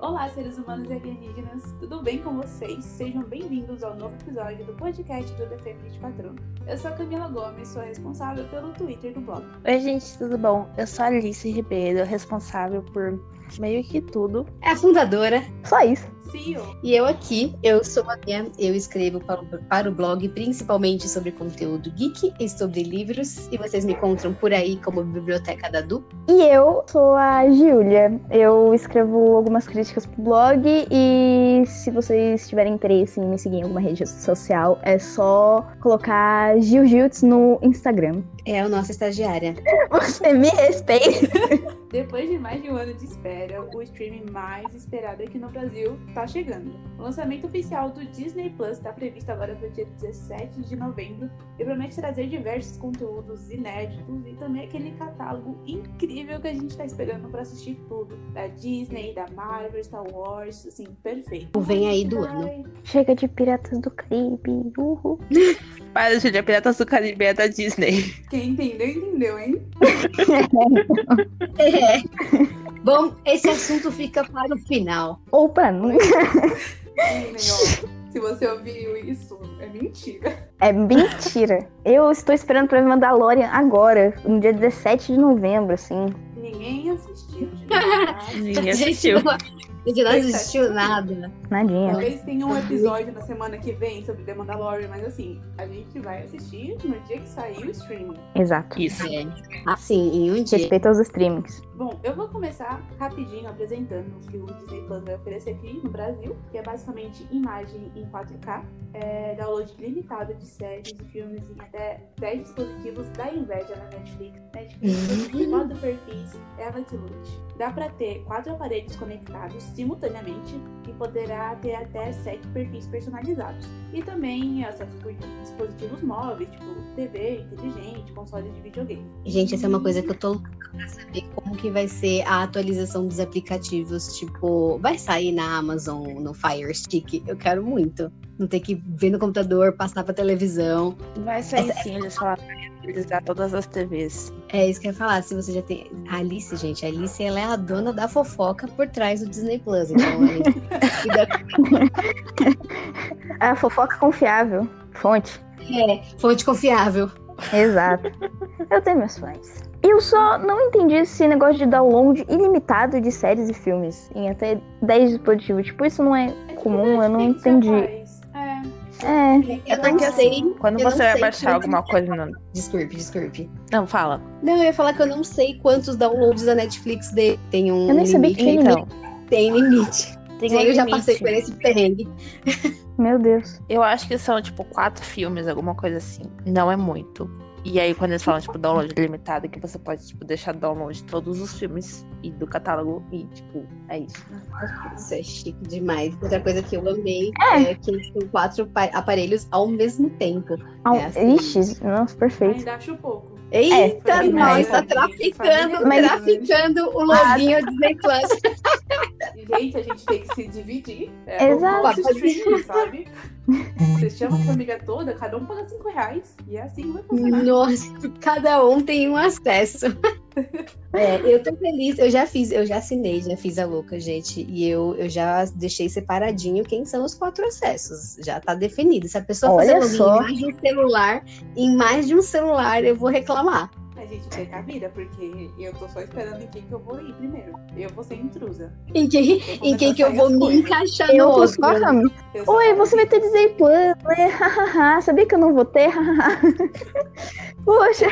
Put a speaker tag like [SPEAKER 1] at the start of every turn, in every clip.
[SPEAKER 1] Olá, seres humanos e alienígenas, tudo bem com vocês? Sejam bem-vindos ao novo episódio do podcast do DP 24. Eu sou a Camila Gomes, sou a responsável pelo Twitter do blog.
[SPEAKER 2] Oi, gente, tudo bom? Eu sou a Alice Ribeiro, responsável por meio que tudo.
[SPEAKER 3] É a fundadora.
[SPEAKER 2] Só isso.
[SPEAKER 1] CEO,
[SPEAKER 3] E eu aqui, eu sou a Bia, eu escrevo para o, para o blog principalmente sobre conteúdo geek e sobre livros, e vocês me encontram por aí como Biblioteca da Du.
[SPEAKER 4] E eu sou a Júlia. Eu escrevo algumas críticas pro blog e se vocês tiverem interesse em me seguir em alguma rede social, é só colocar Jiljutsu no Instagram.
[SPEAKER 3] É a nossa estagiária.
[SPEAKER 4] Você me respeita.
[SPEAKER 1] depois de mais de um ano de espera, o streaming mais esperado aqui no Brasil tá chegando. O lançamento oficial do Disney Plus está previsto agora para o dia 17 de novembro e promete trazer diversos conteúdos inéditos e também aquele catálogo incrível que a gente tá esperando para assistir tudo. Da Disney, da Marvel, Star Wars, assim, perfeito.
[SPEAKER 3] O vem aí do ano.
[SPEAKER 1] Ai,
[SPEAKER 4] Chega de Piratas do Caribe. Uhul.
[SPEAKER 2] Para, Julia, Piratas do Caribe é da Disney.
[SPEAKER 1] Quem entendeu, entendeu, hein?
[SPEAKER 3] É. Bom, esse assunto fica para o final.
[SPEAKER 4] Opa, não.
[SPEAKER 1] Disney, ó, Se você ouviu isso, é mentira.
[SPEAKER 4] É mentira. Eu estou esperando pra ver Mandalorian agora, no dia 17 de novembro, assim.
[SPEAKER 1] Ninguém assistiu, gente.
[SPEAKER 2] Ninguém
[SPEAKER 3] Gente,
[SPEAKER 2] assistiu.
[SPEAKER 3] não, gente não assistiu nada. Ah.
[SPEAKER 4] Nadinha.
[SPEAKER 1] Talvez tenha um episódio na semana que vem sobre The Mandalorian, mas assim, a gente vai assistir no dia que sair o streaming.
[SPEAKER 4] Exato.
[SPEAKER 2] Isso.
[SPEAKER 3] É. Assim, em um dia.
[SPEAKER 4] Respeita aos streamings.
[SPEAKER 1] Bom, eu vou começar rapidinho apresentando o que o Disney Plus vai oferecer aqui no Brasil, que é basicamente imagem em 4K, é, download limitado de séries e filmes em até 10 dispositivos da inveja na Netflix.
[SPEAKER 3] Uhum.
[SPEAKER 1] Netflix, modo perfis, Eva que lute. Dá pra ter quatro aparelhos conectados simultaneamente e poderá ter até sete perfis personalizados. E também acesso por dispositivos móveis, tipo TV, inteligente, consoles de videogame.
[SPEAKER 3] Gente, essa é uma coisa que eu tô louca pra saber como que vai ser a atualização dos aplicativos. Tipo, vai sair na Amazon, no Fire Stick. Eu quero muito. Não ter que ver no computador, passar pra televisão.
[SPEAKER 2] Vai sair sim, eles falaram que ia utilizar todas as TVs.
[SPEAKER 3] É isso que eu ia falar. Se você já tem. A Alice, gente, a Alice ela é a dona da fofoca por trás do Disney Plus. Então, a é gente cuida-
[SPEAKER 4] A fofoca confiável. Fonte.
[SPEAKER 3] é, fonte confiável.
[SPEAKER 4] Exato. Eu tenho meus fãs. Eu só não entendi esse negócio de download ilimitado de séries e filmes em até 10 dispositivos. Tipo, isso não é
[SPEAKER 1] É tipo
[SPEAKER 4] comum, eu não
[SPEAKER 1] Netflix,
[SPEAKER 4] entendi.
[SPEAKER 1] rapaz. É,
[SPEAKER 4] É,
[SPEAKER 3] Eu não sei.
[SPEAKER 2] assim, Quando
[SPEAKER 3] Eu não
[SPEAKER 2] você vai
[SPEAKER 3] sei
[SPEAKER 2] baixar
[SPEAKER 3] quando-
[SPEAKER 2] alguma coisa no...
[SPEAKER 3] Desculpe, desculpe.
[SPEAKER 2] Não, fala.
[SPEAKER 3] Não, eu ia falar que eu não sei quantos downloads a Netflix dê. Tem um.
[SPEAKER 4] eu nem sabia que
[SPEAKER 3] limite.
[SPEAKER 4] tinha
[SPEAKER 2] Então,
[SPEAKER 4] limite.
[SPEAKER 3] Tem limite.
[SPEAKER 2] tem
[SPEAKER 3] eu
[SPEAKER 2] um
[SPEAKER 3] já
[SPEAKER 2] limite.
[SPEAKER 3] passei por esse perrengue.
[SPEAKER 4] Meu Deus.
[SPEAKER 2] Eu acho que são, tipo, quatro filmes, alguma coisa assim. Não é muito. E aí, quando eles falam, tipo, download limitado, que você pode, tipo, deixar download de todos os filmes e do catálogo e, tipo, é isso.
[SPEAKER 3] Isso é chique demais. Outra coisa que eu amei é, que eles têm quatro pa- aparelhos ao mesmo tempo.
[SPEAKER 4] Ah,
[SPEAKER 3] É assim.
[SPEAKER 4] Ixi, nossa, perfeito.
[SPEAKER 1] Ainda acho pouco.
[SPEAKER 3] Eita,
[SPEAKER 1] foi demais,
[SPEAKER 3] nós tá
[SPEAKER 1] né?
[SPEAKER 3] traficando,
[SPEAKER 1] Mas-
[SPEAKER 3] traficando o lobinho Disney Plus.
[SPEAKER 1] Gente, a gente tem que se dividir. É,
[SPEAKER 4] Exato.
[SPEAKER 1] Exato. Stream, sabe? Você chama a família toda, cada um paga 5 reais. E é assim vai funcionar.
[SPEAKER 3] Nossa, cada um tem um acesso. É, eu tô feliz, eu já fiz, eu já assinei, já fiz a louca, gente. E eu, eu já deixei separadinho quem são os quatro acessos. Já tá definido. Se a pessoa
[SPEAKER 4] Olha
[SPEAKER 3] fazer
[SPEAKER 4] só.
[SPEAKER 3] login em mais de um celular, em mais de um celular, eu vou reclamar.
[SPEAKER 4] Uhum.
[SPEAKER 1] A gente tem a vida, porque eu tô só esperando em quem que eu vou ir primeiro. Eu vou ser intrusa.
[SPEAKER 3] Em quem,
[SPEAKER 1] Eu
[SPEAKER 3] em quem
[SPEAKER 1] começo
[SPEAKER 3] que
[SPEAKER 1] a
[SPEAKER 3] eu
[SPEAKER 1] sair
[SPEAKER 3] vou
[SPEAKER 1] as
[SPEAKER 3] me
[SPEAKER 1] coisas.
[SPEAKER 3] encaixar no
[SPEAKER 4] Eu tô
[SPEAKER 3] outro?
[SPEAKER 4] só.
[SPEAKER 1] Eu só
[SPEAKER 4] Oi,
[SPEAKER 1] falo
[SPEAKER 4] você vai ter Disney Plus, né? Hahaha. Sabia que eu não vou ter? Hahaha. Poxa,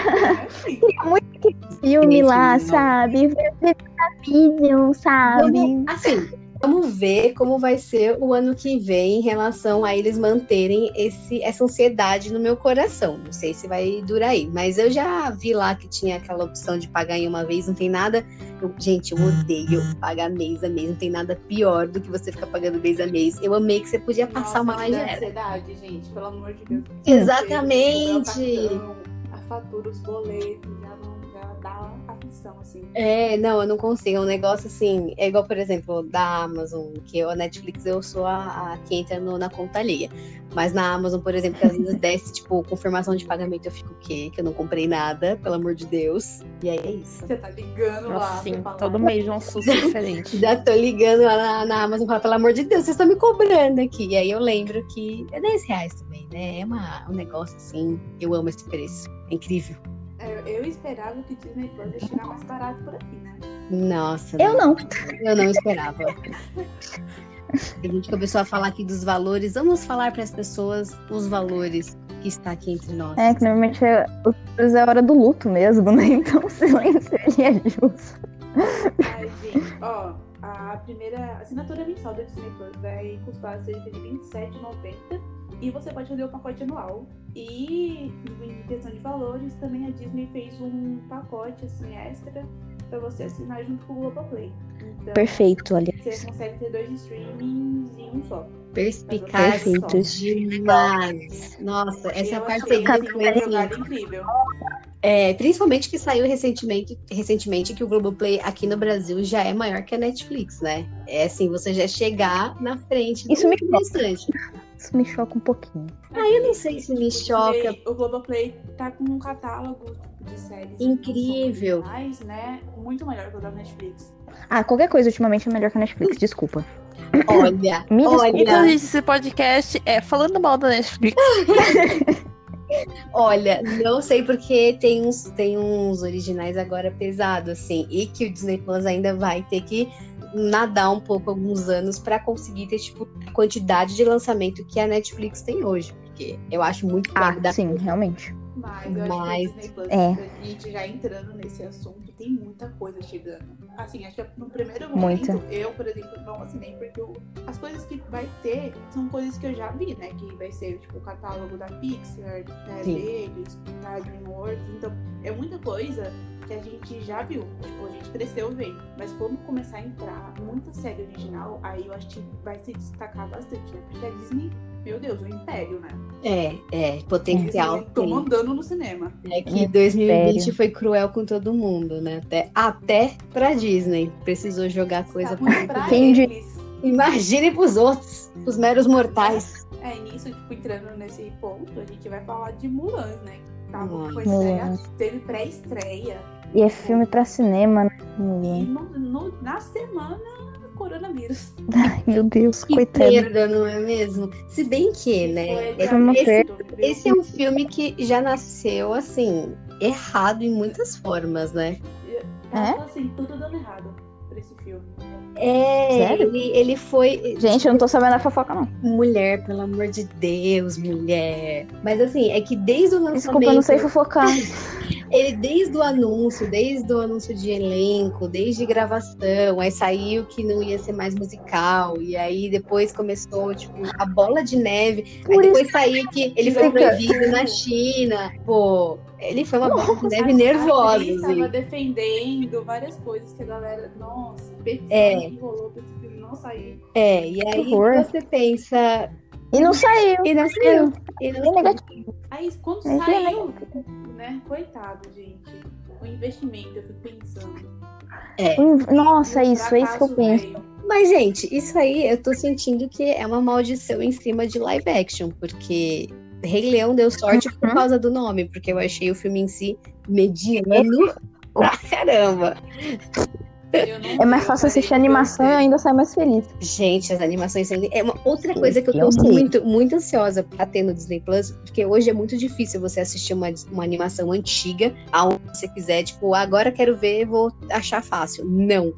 [SPEAKER 1] assim, é assim.
[SPEAKER 4] filme lá,
[SPEAKER 3] Esse não.
[SPEAKER 4] sabe? Vai ter Vision, sabe?
[SPEAKER 3] Vamos- Assim, vamos ver como vai ser o ano que vem em relação a eles manterem esse, essa ansiedade no meu coração. Não sei se vai durar aí, mas eu já vi lá que tinha aquela opção de pagar em uma vez, não tem nada. Eu- gente, eu odeio pagar mês a mês, não tem nada pior do que você ficar pagando mês a mês. Eu amei que você podia passar
[SPEAKER 1] Nossa,
[SPEAKER 3] uma
[SPEAKER 1] que dá
[SPEAKER 3] lá
[SPEAKER 1] ansiedade, gente, pelo amor de Deus.
[SPEAKER 3] Exatamente.
[SPEAKER 1] Você cobrar o cartão, A fatura, os boletos, já não dela dá aflição, assim.
[SPEAKER 3] É, não, eu não consigo. É um negócio assim. É igual, por exemplo, da Amazon, que eu, a Netflix eu sou a, a que entra no- na conta alheia. Mas na Amazon, por exemplo, que às vezes desce, tipo, confirmação de pagamento, eu fico o quê? Que eu não comprei nada, pelo amor de Deus. E aí é isso.
[SPEAKER 1] Você tá ligando lá.
[SPEAKER 2] Nossa,
[SPEAKER 1] pra
[SPEAKER 2] sim,
[SPEAKER 1] falar.
[SPEAKER 2] todo mês é um susto diferente.
[SPEAKER 3] Já tô ligando lá na, na Amazon para pelo amor de Deus, vocês estão me cobrando aqui. E aí eu lembro que é 10 reais também, né? É uma- um negócio assim. Eu amo esse preço. É incrível.
[SPEAKER 1] É, Eu esperava que o Disney Plus ia chegar mais barato por aqui, né?
[SPEAKER 3] Nossa,
[SPEAKER 4] Eu não.
[SPEAKER 3] Eu não esperava. A gente começou a falar aqui dos valores. Vamos falar para as pessoas os valores que está aqui entre nós.
[SPEAKER 4] É que normalmente é, os outros é a hora do luto mesmo, né? Então o silêncio ele é justo.
[SPEAKER 1] Ai, gente, ó, a primeira assinatura é mensal do Disney Plus vai custar cerca de R$ 27,90 e você pode fazer o pacote anual. E em questão de valores, também a Disney fez um pacote assim extra pra você assinar junto com o Globoplay. Então,
[SPEAKER 4] Perfeito, olha.
[SPEAKER 1] você consegue ter dois streamings em um só.
[SPEAKER 3] Perspicaz
[SPEAKER 4] Perfeito.
[SPEAKER 3] demais. Nossa, essa
[SPEAKER 1] Eu
[SPEAKER 3] parte
[SPEAKER 1] achei
[SPEAKER 3] aí
[SPEAKER 1] essa
[SPEAKER 3] foi assim,
[SPEAKER 1] jogada incrível.
[SPEAKER 3] é, principalmente que saiu recentemente, recentemente que o Globoplay aqui no Brasil já é maior que a Netflix, né? É assim, você já chegar na frente.
[SPEAKER 4] Isso me
[SPEAKER 3] interessante.
[SPEAKER 4] Isso me choca um pouquinho.
[SPEAKER 3] Ah, eu não sei se me
[SPEAKER 1] Tipo,
[SPEAKER 3] choca.
[SPEAKER 1] Disney- O Globoplay tá com um catálogo tipo, de séries
[SPEAKER 3] Incrível.
[SPEAKER 1] Mas, né, muito melhor que o da Netflix.
[SPEAKER 4] Ah, qualquer coisa ultimamente é melhor que a Netflix, desculpa.
[SPEAKER 3] Olha,
[SPEAKER 4] Me desculpa.
[SPEAKER 3] olha.
[SPEAKER 2] Então, gente, esse podcast é falando mal da Netflix.
[SPEAKER 3] Olha, não sei porque tem uns, tem uns originais agora pesados, assim, e que o Disney Plus ainda vai ter que nadar um pouco alguns anos pra conseguir ter, tipo, a quantidade de lançamento que a Netflix tem hoje. Porque eu acho muito
[SPEAKER 4] Ah,
[SPEAKER 3] claro da-
[SPEAKER 4] sim, realmente.
[SPEAKER 1] Mas eu acho
[SPEAKER 3] Mas-
[SPEAKER 1] que o Disney Plus,
[SPEAKER 4] É.
[SPEAKER 1] a gente já entrando nesse assunto, tem muita coisa chegando. Assim, acho que no primeiro momento,
[SPEAKER 4] Muita.
[SPEAKER 1] eu, por exemplo, não assinei, porque eu- as coisas que vai ter são coisas que eu já vi, né? Que vai ser, tipo, o catálogo da Pixar, né,
[SPEAKER 3] Sim.
[SPEAKER 1] deles, da DreamWorks. Então, é muita coisa que a gente já viu. Tipo, a gente cresceu vendo. Mas quando começar a entrar muita série original, aí eu acho que vai se destacar bastante, né? Porque a Disney, meu Deus, o império, né?
[SPEAKER 3] É, é,
[SPEAKER 1] Eles
[SPEAKER 3] potencial.
[SPEAKER 1] estão
[SPEAKER 3] tem.
[SPEAKER 1] mandando no cinema.
[SPEAKER 3] É que 2020 foi cruel com todo mundo, né? Até, até pra Disney. Precisou jogar
[SPEAKER 1] Tá
[SPEAKER 3] coisa pra.
[SPEAKER 1] ruim pra
[SPEAKER 4] Entendi.
[SPEAKER 1] eles.
[SPEAKER 3] Imagine pros outros, pros meros mortais.
[SPEAKER 1] É, nisso, tipo, entrando nesse ponto, a gente vai falar de Mulan, né? Tá,
[SPEAKER 3] Mulan.
[SPEAKER 1] foi estreia,
[SPEAKER 4] Mulan.
[SPEAKER 1] teve pré-estreia.
[SPEAKER 4] E é filme pra cinema, né?
[SPEAKER 1] E
[SPEAKER 4] Hum.
[SPEAKER 1] no, no- na semana, coronavírus.
[SPEAKER 4] Ai, meu Deus,
[SPEAKER 3] Que
[SPEAKER 4] coitado.
[SPEAKER 3] perda, não é mesmo? Se bem que, né?
[SPEAKER 1] Foi
[SPEAKER 4] Foi uma
[SPEAKER 1] esse-
[SPEAKER 4] perda.
[SPEAKER 1] viu?
[SPEAKER 3] Esse é um filme que já nasceu, assim, errado em muitas formas, né?
[SPEAKER 1] Tava, assim, tudo dando errado pra esse filme.
[SPEAKER 3] É,
[SPEAKER 4] Sério?
[SPEAKER 3] Ele, ele foi.
[SPEAKER 4] Gente, eu não tô sabendo a fofoca, não.
[SPEAKER 3] Mulher, pelo amor de Deus, mulher. Mas assim, é que desde o lançamento.
[SPEAKER 4] Desculpa, eu não sei fofocar.
[SPEAKER 3] Ele, desde o anúncio, desde o anúncio de elenco, desde gravação, aí saiu que não ia ser mais musical. E aí depois começou, tipo, a bola de neve. Aí
[SPEAKER 4] Por isso-
[SPEAKER 3] depois saiu que ele foi
[SPEAKER 4] Fica-
[SPEAKER 3] proibido na China. Pô, ele foi uma bola de neve
[SPEAKER 1] A
[SPEAKER 3] nervosa,
[SPEAKER 1] atriz
[SPEAKER 3] assim.
[SPEAKER 1] tava defendendo várias coisas que a galera, nossa, petição
[SPEAKER 3] É.
[SPEAKER 1] que rolou pra esse filme não sair.
[SPEAKER 3] É, e aí
[SPEAKER 4] horror.
[SPEAKER 3] você pensa.
[SPEAKER 4] E não saiu.
[SPEAKER 3] E não saiu. E não
[SPEAKER 4] Bem
[SPEAKER 3] saiu.
[SPEAKER 4] negativo.
[SPEAKER 1] Aí, quando
[SPEAKER 4] Mas é
[SPEAKER 1] saiu, né? Coitado, gente. O investimento, eu fico pensando.
[SPEAKER 4] Nossa,
[SPEAKER 1] E o
[SPEAKER 4] isso, é isso que eu
[SPEAKER 1] fracasso né?
[SPEAKER 4] penso.
[SPEAKER 1] veio.
[SPEAKER 3] Mas, gente, isso aí eu tô sentindo que é uma maldição em cima de live action, porque Rei Leão deu sorte por
[SPEAKER 4] Uhum.
[SPEAKER 3] causa do nome, porque eu achei o filme em si mediano pra caramba.
[SPEAKER 1] Eu não
[SPEAKER 4] É mais
[SPEAKER 1] vi,
[SPEAKER 4] fácil
[SPEAKER 1] eu parei
[SPEAKER 4] assistir
[SPEAKER 1] pra
[SPEAKER 4] animação e eu
[SPEAKER 1] ver.
[SPEAKER 4] ainda saio mais feliz.
[SPEAKER 3] Gente, as animações são. É uma outra coisa que eu tô
[SPEAKER 4] Realmente.
[SPEAKER 3] muito, muito ansiosa pra ter no Disney Plus, porque hoje é muito difícil você assistir uma, uma animação antiga, aonde você quiser, tipo, agora quero ver, vou achar fácil. Não.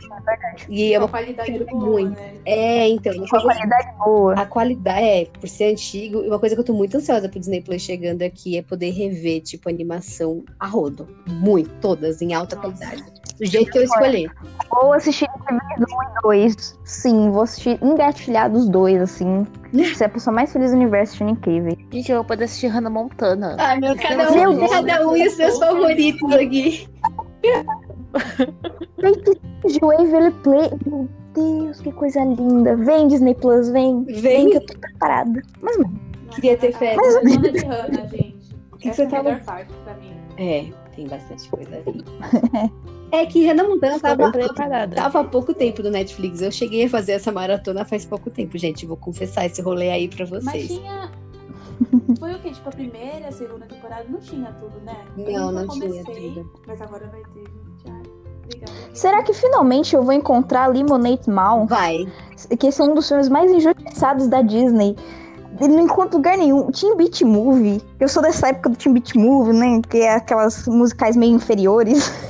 [SPEAKER 3] E é
[SPEAKER 1] Uma
[SPEAKER 3] uma.
[SPEAKER 1] qualidade
[SPEAKER 3] quero
[SPEAKER 1] boa,
[SPEAKER 3] muito.
[SPEAKER 1] né?
[SPEAKER 3] É, então.
[SPEAKER 4] Com a qualidade boa.
[SPEAKER 3] A qualidade, é, por ser antigo, e uma coisa que eu tô muito ansiosa pro Disney Plus chegando aqui é poder rever, tipo, animação a rodo. Muito, todas, em alta
[SPEAKER 1] Nossa.
[SPEAKER 3] qualidade. Do jeito que eu escolhi.
[SPEAKER 4] Vou assistir Incríveis 1 e 2. Sim, vou assistir engatilhado os dois, assim. Você é a pessoa mais feliz do universo assistindo Incríveis.
[SPEAKER 2] Né? Gente, eu vou poder assistir Hannah Montana.
[SPEAKER 3] Ai, meu,
[SPEAKER 1] cada
[SPEAKER 3] cada
[SPEAKER 4] um-
[SPEAKER 3] um,
[SPEAKER 4] Meu Deus.
[SPEAKER 3] cada um e os seus favoritos aqui.
[SPEAKER 4] De Wave ele Play. Meu Deus, que coisa linda. Vem, Disney Plus, vem.
[SPEAKER 3] Vem.
[SPEAKER 4] que eu tô preparada.
[SPEAKER 1] Nossa,
[SPEAKER 3] Queria ter
[SPEAKER 1] a-
[SPEAKER 3] férias.
[SPEAKER 1] A semana de Hannah, gente.
[SPEAKER 3] que
[SPEAKER 1] Essa
[SPEAKER 3] você
[SPEAKER 1] é a
[SPEAKER 3] tava-
[SPEAKER 1] melhor parte pra mim.
[SPEAKER 3] É, tem bastante coisa ali. É que Hannah Montana
[SPEAKER 2] tá
[SPEAKER 3] tava,
[SPEAKER 2] preparada.
[SPEAKER 3] tava há pouco tempo no Netflix. Eu cheguei a fazer essa maratona faz pouco tempo, gente. Vou confessar esse rolê aí pra
[SPEAKER 1] Mas
[SPEAKER 3] vocês.
[SPEAKER 1] tinha. Foi o quê? Tipo, a primeira, a segunda temporada não tinha tudo, né?
[SPEAKER 3] Não,
[SPEAKER 1] Eu
[SPEAKER 3] não
[SPEAKER 1] nunca
[SPEAKER 3] tinha
[SPEAKER 1] comecei,
[SPEAKER 3] tudo.
[SPEAKER 1] Mas agora vai ter, gente. Ai, obrigada.
[SPEAKER 4] Será que finalmente eu vou encontrar Limonade Mouth,
[SPEAKER 3] Vai.
[SPEAKER 4] que esse é um dos filmes mais injustiçados da Disney? Eu não encontro lugar nenhum. Team Beat Movie. Eu sou dessa época do Team Beat Movie, né? Que é aquelas musicais meio inferiores.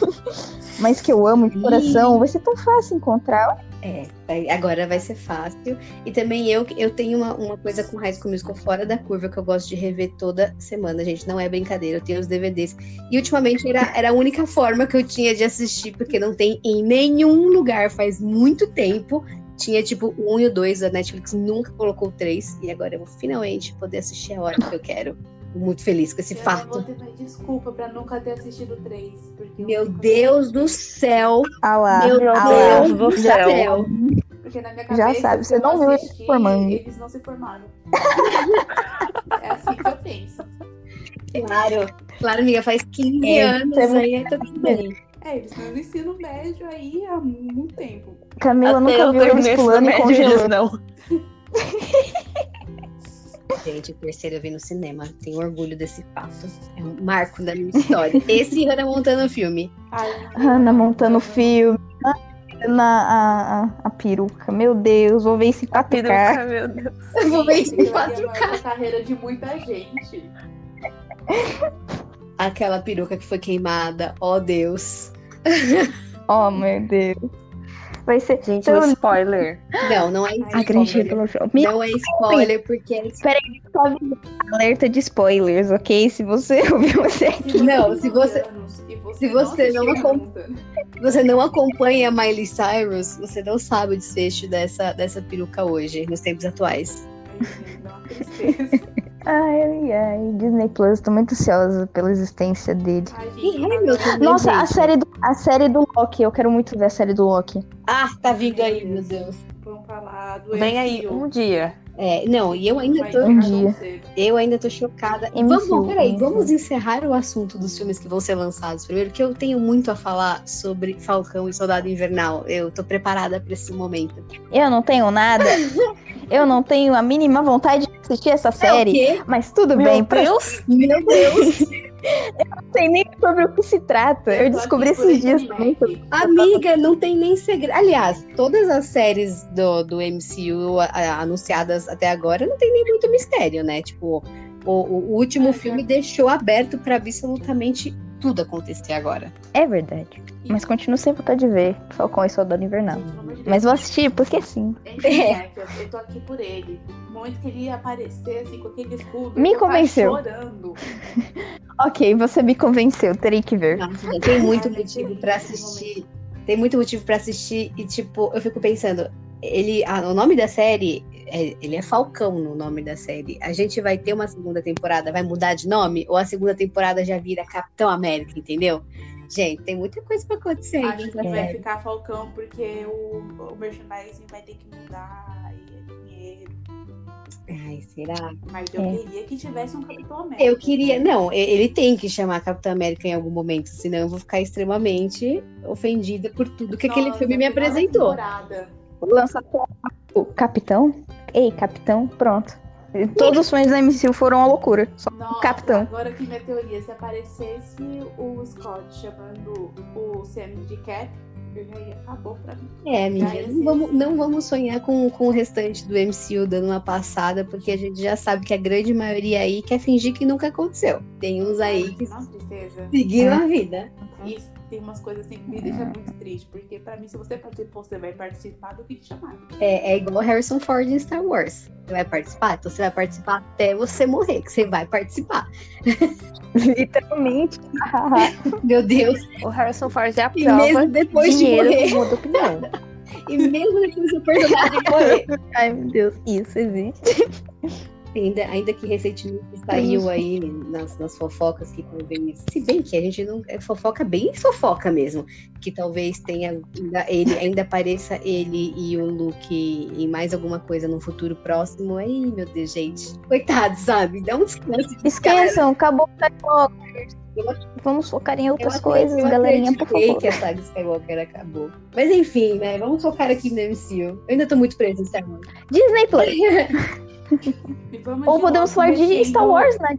[SPEAKER 4] Mas que eu amo de coração. Vai ser tão fácil encontrar.
[SPEAKER 3] É, vai- agora vai ser fácil. E também eu, eu tenho uma, uma coisa com High School Musical fora da curva que eu gosto de rever toda semana, gente. Não é brincadeira, eu tenho os DVDs. E ultimamente era, era a única forma que eu tinha de assistir, porque não tem em nenhum lugar faz muito tempo. Tinha tipo o um e o dois, a Netflix nunca colocou o três. E agora eu vou finalmente poder assistir a hora que eu quero. Muito feliz com esse
[SPEAKER 1] Eu
[SPEAKER 3] fato.
[SPEAKER 1] vou ter mais desculpa pra nunca ter assistido três. Porque eu
[SPEAKER 3] Meu
[SPEAKER 1] nunca-
[SPEAKER 3] Deus do céu!
[SPEAKER 4] Ah lá.
[SPEAKER 3] Meu
[SPEAKER 4] ah lá.
[SPEAKER 3] Deus do
[SPEAKER 2] Já deu.
[SPEAKER 3] céu!
[SPEAKER 1] Porque na minha
[SPEAKER 4] Já
[SPEAKER 1] cabeça.
[SPEAKER 4] sabe,
[SPEAKER 1] se eu
[SPEAKER 4] você não viu eles
[SPEAKER 1] assistir,
[SPEAKER 4] formando.
[SPEAKER 1] Eles não se formaram. é assim que eu penso.
[SPEAKER 3] Claro, claro, amiga, faz 15
[SPEAKER 4] É,
[SPEAKER 3] anos
[SPEAKER 4] tá muito
[SPEAKER 3] aí, tá tudo bem.
[SPEAKER 1] É, eles estão no ensino médio aí há muito tempo.
[SPEAKER 4] Camila
[SPEAKER 2] Até
[SPEAKER 4] nunca
[SPEAKER 2] eu
[SPEAKER 4] viu
[SPEAKER 2] terminei
[SPEAKER 4] eles
[SPEAKER 2] esse
[SPEAKER 4] pulando e
[SPEAKER 2] remédio,
[SPEAKER 4] congelando.
[SPEAKER 2] eles não.
[SPEAKER 3] Gente, o terceiro eu vi no cinema. Tenho orgulho desse fato. É um marco da minha história. Esse Hannah Montana filme.
[SPEAKER 1] Ai,
[SPEAKER 4] Hannah montando o filme. Na, a, a, a peruca. Meu Deus, vou ver esse 4K.
[SPEAKER 2] Peruca, tá, meu Deus.
[SPEAKER 3] Eu vou ver isso em
[SPEAKER 1] Aquilo ali é a
[SPEAKER 3] 4K.
[SPEAKER 1] maior da carreira de muita gente.
[SPEAKER 3] Aquela peruca que foi queimada. Ó Deus.
[SPEAKER 4] Oh, meu Deus. Vai ser.
[SPEAKER 2] Gente,
[SPEAKER 4] eu
[SPEAKER 2] um spoiler.
[SPEAKER 3] Não, não é
[SPEAKER 1] Ai,
[SPEAKER 4] acredito
[SPEAKER 3] spoiler.
[SPEAKER 4] no filme. Me
[SPEAKER 3] Não é spoiler, porque é
[SPEAKER 4] só avisar. alerta de spoilers, ok? Se você ouviu você aqui.
[SPEAKER 3] Não,
[SPEAKER 1] tem
[SPEAKER 3] se você-
[SPEAKER 1] 11 anos e
[SPEAKER 3] se você não
[SPEAKER 1] assistiu
[SPEAKER 3] acom-
[SPEAKER 1] Hannah Montana,
[SPEAKER 3] você não acompanha Miley Cyrus, você não sabe o desfecho dessa, dessa peruca hoje, nos tempos atuais.
[SPEAKER 1] ai, É, gente, dá uma tristeza.
[SPEAKER 4] Ai, ai, Disney Plus, tô muito ansiosa pela existência dele.
[SPEAKER 1] Ai, gente,
[SPEAKER 3] Ih, ai, meu Deus,
[SPEAKER 4] Nossa, a
[SPEAKER 3] gente.
[SPEAKER 4] série, do, a série do Loki, eu quero muito ver a série do Loki.
[SPEAKER 3] Ah, tá vindo aí, meu Deus.
[SPEAKER 1] Vamos falar do
[SPEAKER 2] Vem aí
[SPEAKER 1] MCU.
[SPEAKER 2] um dia.
[SPEAKER 3] É, não, e eu ainda
[SPEAKER 1] Vai
[SPEAKER 3] tô.
[SPEAKER 1] entrar
[SPEAKER 4] Um
[SPEAKER 1] tão
[SPEAKER 4] dia.
[SPEAKER 1] cedo.
[SPEAKER 3] Eu ainda tô chocada. E
[SPEAKER 4] MCU,
[SPEAKER 3] vamos, bom, peraí,
[SPEAKER 4] MCU.
[SPEAKER 3] vamos encerrar o assunto dos filmes que vão ser lançados primeiro, que eu tenho muito a falar sobre Falcão e Soldado Invernal. Eu tô preparada pra esse momento.
[SPEAKER 4] Eu não tenho nada. eu não tenho a mínima vontade de assistir essa série.
[SPEAKER 3] É o quê?
[SPEAKER 4] Mas tudo
[SPEAKER 2] Meu
[SPEAKER 4] bem, pra-
[SPEAKER 2] Deus.
[SPEAKER 3] Meu Deus!
[SPEAKER 4] não sei nem sobre o que se trata. Eu,
[SPEAKER 1] tô
[SPEAKER 4] descobri
[SPEAKER 1] aqui por
[SPEAKER 4] esses dias
[SPEAKER 1] esse
[SPEAKER 4] também.
[SPEAKER 1] Mac.
[SPEAKER 3] Amiga, não tem nem segredo. Aliás, todas as séries do, do MCU a- a- anunciadas até agora não tem nem muito mistério, né? Tipo, o, o último
[SPEAKER 1] É,
[SPEAKER 3] filme deixou aberto pra absolutamente tudo acontecer agora.
[SPEAKER 4] É verdade. Mas continuo sem vontade de ver Falcão e Soldado Invernal.
[SPEAKER 1] Gente, pelo amor de Deus.
[SPEAKER 4] Mas vou assistir porque sim.
[SPEAKER 1] Enfim,
[SPEAKER 3] É.
[SPEAKER 1] Mac, eu- eu tô aqui por ele. No momento que ele ia aparecer, assim, com aquele escudo.
[SPEAKER 4] Me
[SPEAKER 1] eu tava
[SPEAKER 4] convenceu.
[SPEAKER 1] chorando.
[SPEAKER 4] Ok, você me convenceu, terei que ver.
[SPEAKER 3] Nossa, tem muito
[SPEAKER 1] Ai,
[SPEAKER 3] motivo
[SPEAKER 1] gente,
[SPEAKER 3] pra
[SPEAKER 1] esse
[SPEAKER 3] assistir. Tem muito motivo pra assistir e tipo, eu fico pensando, ele, ah, o nome da série, é- ele é Falcão no nome da série. A gente vai ter uma segunda temporada, vai mudar de nome ou a segunda temporada já vira Capitão América, entendeu? Gente, tem muita coisa pra acontecer. É. ainda
[SPEAKER 1] Acho que
[SPEAKER 3] nessa
[SPEAKER 1] vai
[SPEAKER 3] série.
[SPEAKER 1] ficar Falcão, porque o, o merchandising vai ter que mudar e é dinheiro.
[SPEAKER 3] Ai, será?
[SPEAKER 1] Mas eu
[SPEAKER 4] É.
[SPEAKER 1] queria que tivesse um Capitão América.
[SPEAKER 3] Eu queria, né? não, e- ele tem que chamar Capitão América em algum momento, senão eu vou ficar extremamente ofendida por tudo que aquele
[SPEAKER 1] Nossa,
[SPEAKER 3] filme me
[SPEAKER 1] final da
[SPEAKER 3] apresentou.
[SPEAKER 1] temporada.
[SPEAKER 4] Lança o Capitão? Ei, Capitão, pronto. Todos os sonhos da MCU foram uma loucura. Só
[SPEAKER 1] Nossa,
[SPEAKER 4] Capitão.
[SPEAKER 1] Agora que minha teoria, se aparecesse o Scott chamando o Sam de Cap, eu já ia acabou pra mim.
[SPEAKER 3] É, amiga,
[SPEAKER 1] Aí, assim,
[SPEAKER 3] não vamos,
[SPEAKER 1] assim.
[SPEAKER 3] não vamos sonhar com, com o restante do MCU dando uma passada, porque a gente já sabe que a grande maioria aí quer fingir que nunca aconteceu. Tem uns aí que
[SPEAKER 1] Não, tristeza.
[SPEAKER 3] seguiram a vida.
[SPEAKER 1] Isso tem umas coisas assim que me deixam muito triste, porque pra mim, se você participou, você vai participar do que te chamar.
[SPEAKER 3] É, é igual Harrison Ford em Star Wars. Você vai participar? Então você vai participar até você morrer, que você vai participar.
[SPEAKER 4] literalmente.
[SPEAKER 3] Meu Deus,
[SPEAKER 2] O Harrison Ford é a
[SPEAKER 3] e
[SPEAKER 2] prova.
[SPEAKER 3] mesmo depois
[SPEAKER 2] Dinheiro
[SPEAKER 3] de morrer,
[SPEAKER 2] muda opinião.
[SPEAKER 3] e mesmo depois do personagem morrer.
[SPEAKER 4] Ai, meu Deus, isso existe.
[SPEAKER 3] Ainda, ainda que recentemente saiu aí nas, nas fofocas que talvez. Se bem que a gente não. É fofoca bem fofoca mesmo. Que talvez tenha. Ainda, ele, ainda apareça ele e o Luke em mais alguma coisa no futuro próximo. Aí, meu Deus, gente. Coitado, sabe? Dá um descanso.
[SPEAKER 4] Esqueçam, acabou o Skywalker. Vamos focar em outras
[SPEAKER 3] Eu
[SPEAKER 4] coisas,
[SPEAKER 3] acreditei- eu
[SPEAKER 4] galerinha, por
[SPEAKER 3] acreditei
[SPEAKER 4] favor.
[SPEAKER 3] que a saga Skywalker acabou. Mas enfim, né? Vamos focar aqui no MCU. Eu ainda tô muito presa em Star Wars.
[SPEAKER 4] Disney Plus.
[SPEAKER 1] E vamos
[SPEAKER 4] Ou
[SPEAKER 1] de
[SPEAKER 3] um
[SPEAKER 4] podemos
[SPEAKER 1] novo
[SPEAKER 4] falar de
[SPEAKER 1] mexendo-
[SPEAKER 4] Star Wars, né?